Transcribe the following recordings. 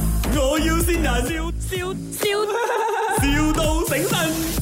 要先人，笑笑笑，,笑到醒神。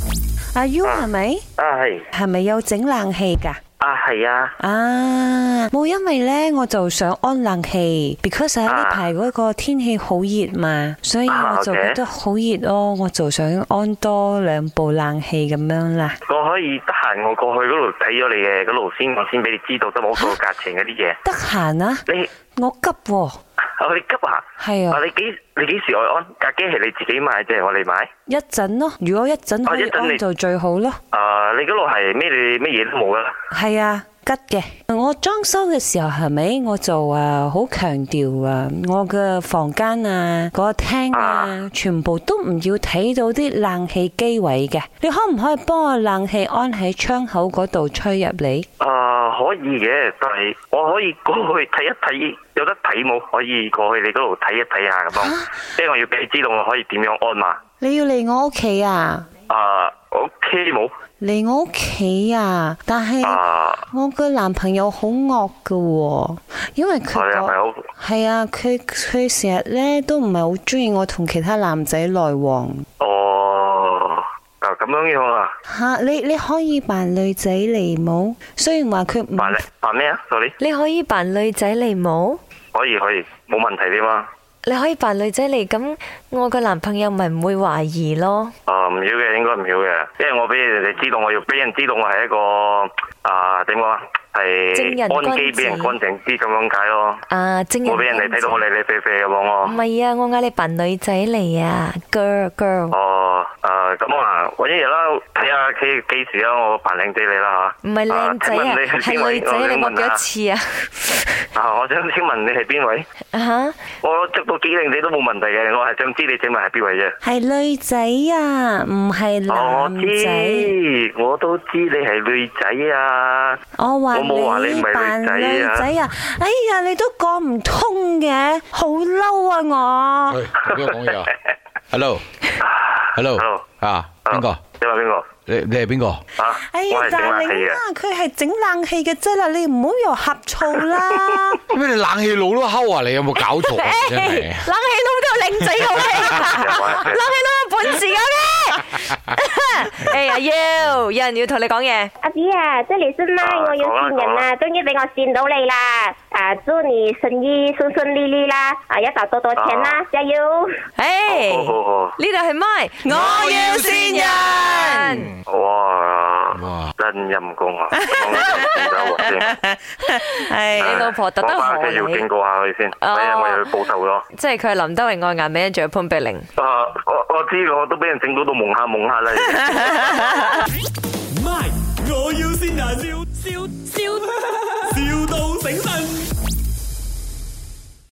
阿 U 係咪？啊係，係咪有整冷氣㗎？啊係啊，啊，冇，因為咧我就想安冷氣，because 喺呢啊排嗰個天氣好熱嘛，所以啊我就 OK 覺得好熱咯，我就想安多兩部冷氣咁樣啦。我可以得閒我過去嗰度睇咗你嘅嗰度先，我先俾你知道得冇個價錢嗰啲嘢。得閒啊，你我急喎，啊你急啊？係啊啊，你幾你幾時外安？架機係你自己買定係我哋買？一陣咯，如果一陣可啊一以陣你安就最好咯。啊，你嗰度係咩你咩嘢都冇噶啦。係啊，吉嘅。我裝修嘅時候係咪我就啊好強調啊，我嘅房間啊，嗰個廳啊啊，全部都唔要睇到啲冷氣機位嘅。你可唔可以幫我冷氣安喺窗口嗰度吹入嚟？啊，可以嘅，但係我可以過去睇一睇，有得睇冇？可以過去你嗰度睇一睇下咁咯。啊即係我要俾你知道我可以點樣安嘛。你要嚟我屋企啊？啊，OK 冇？嚟我屋企啊？但係啊，我嘅男朋友好惡㗎喎，因為佢我哋係講咪好？係啊，佢佢成日咧都唔係好中意我同其他男仔來往。哦，啊咁樣樣啊，吓、你你可以扮女仔嚟冇？雖然話佢唔，扮咩扮咩啊？sorry，你可以扮女仔嚟冇？可以可以，冇問題啲啊嘛。你可以扮女仔嚟，咁我個男朋友咪唔會懷疑咯。啊，唔要嘅，應該唔要嘅，因為我俾人哋知道，我要俾人知道我係一個啊點講啊，正係人君子安機俾人乾淨啲咁樣解咯。啊，正人我俾人哋睇到我君理理啡啡咁樣咯。子唔係啊，我嗌你扮女仔嚟啊，girl girl，哦，誒咁啊，揾一日啦，睇下佢幾時啊，我扮靚啲你啦唔係靚仔啊請啊問你，係邊係位女仔，你我想摸幾問多下次啊？ 嚇。啊，我想請問你係邊位？吓，我捉到幾靚仔都冇問題嘅，我係想知你請問係邊位啫。係女仔啊，唔係哦我男仔。知，我都知你係女仔啊。我話我冇話你你唔係扮女女仔啊仔啊！哎呀，你都講唔通嘅，好嬲啊我！喂，邊個講嘢啊？Hello，Hello， Hello 啊，邊個？你話邊個？你你係邊個？啊，哎呀我，係啊但整係冷氣你嘅啦。，佢係整冷氣嘅啫啦，你唔好又呷醋啦。咩你冷氣佬都敲啊？你有冇搞 錯啊？真係。冷氣佬都有靚仔好 啊氣，冷氣佬有本 事嘅咩？哎呀，要有人要同你講嘢。阿 B 啊，這裏是麥，啊我有線人講啦啦，終於俾我線到你啦！啊，祝你生意順順利利啦！啊，一賺多多錢啦，加油！哎，好呢好好度係咪？我要線人。好，哇，哇真陰公啊！我先走喎先。係你老婆特登我翻屋企學要你警告下佢先，哦第一我又去報仇咯。即係佢係林德榮愛顏美欣，仲有潘碧玲。啊，我我知我都俾人整到到蒙下蒙下啦。已經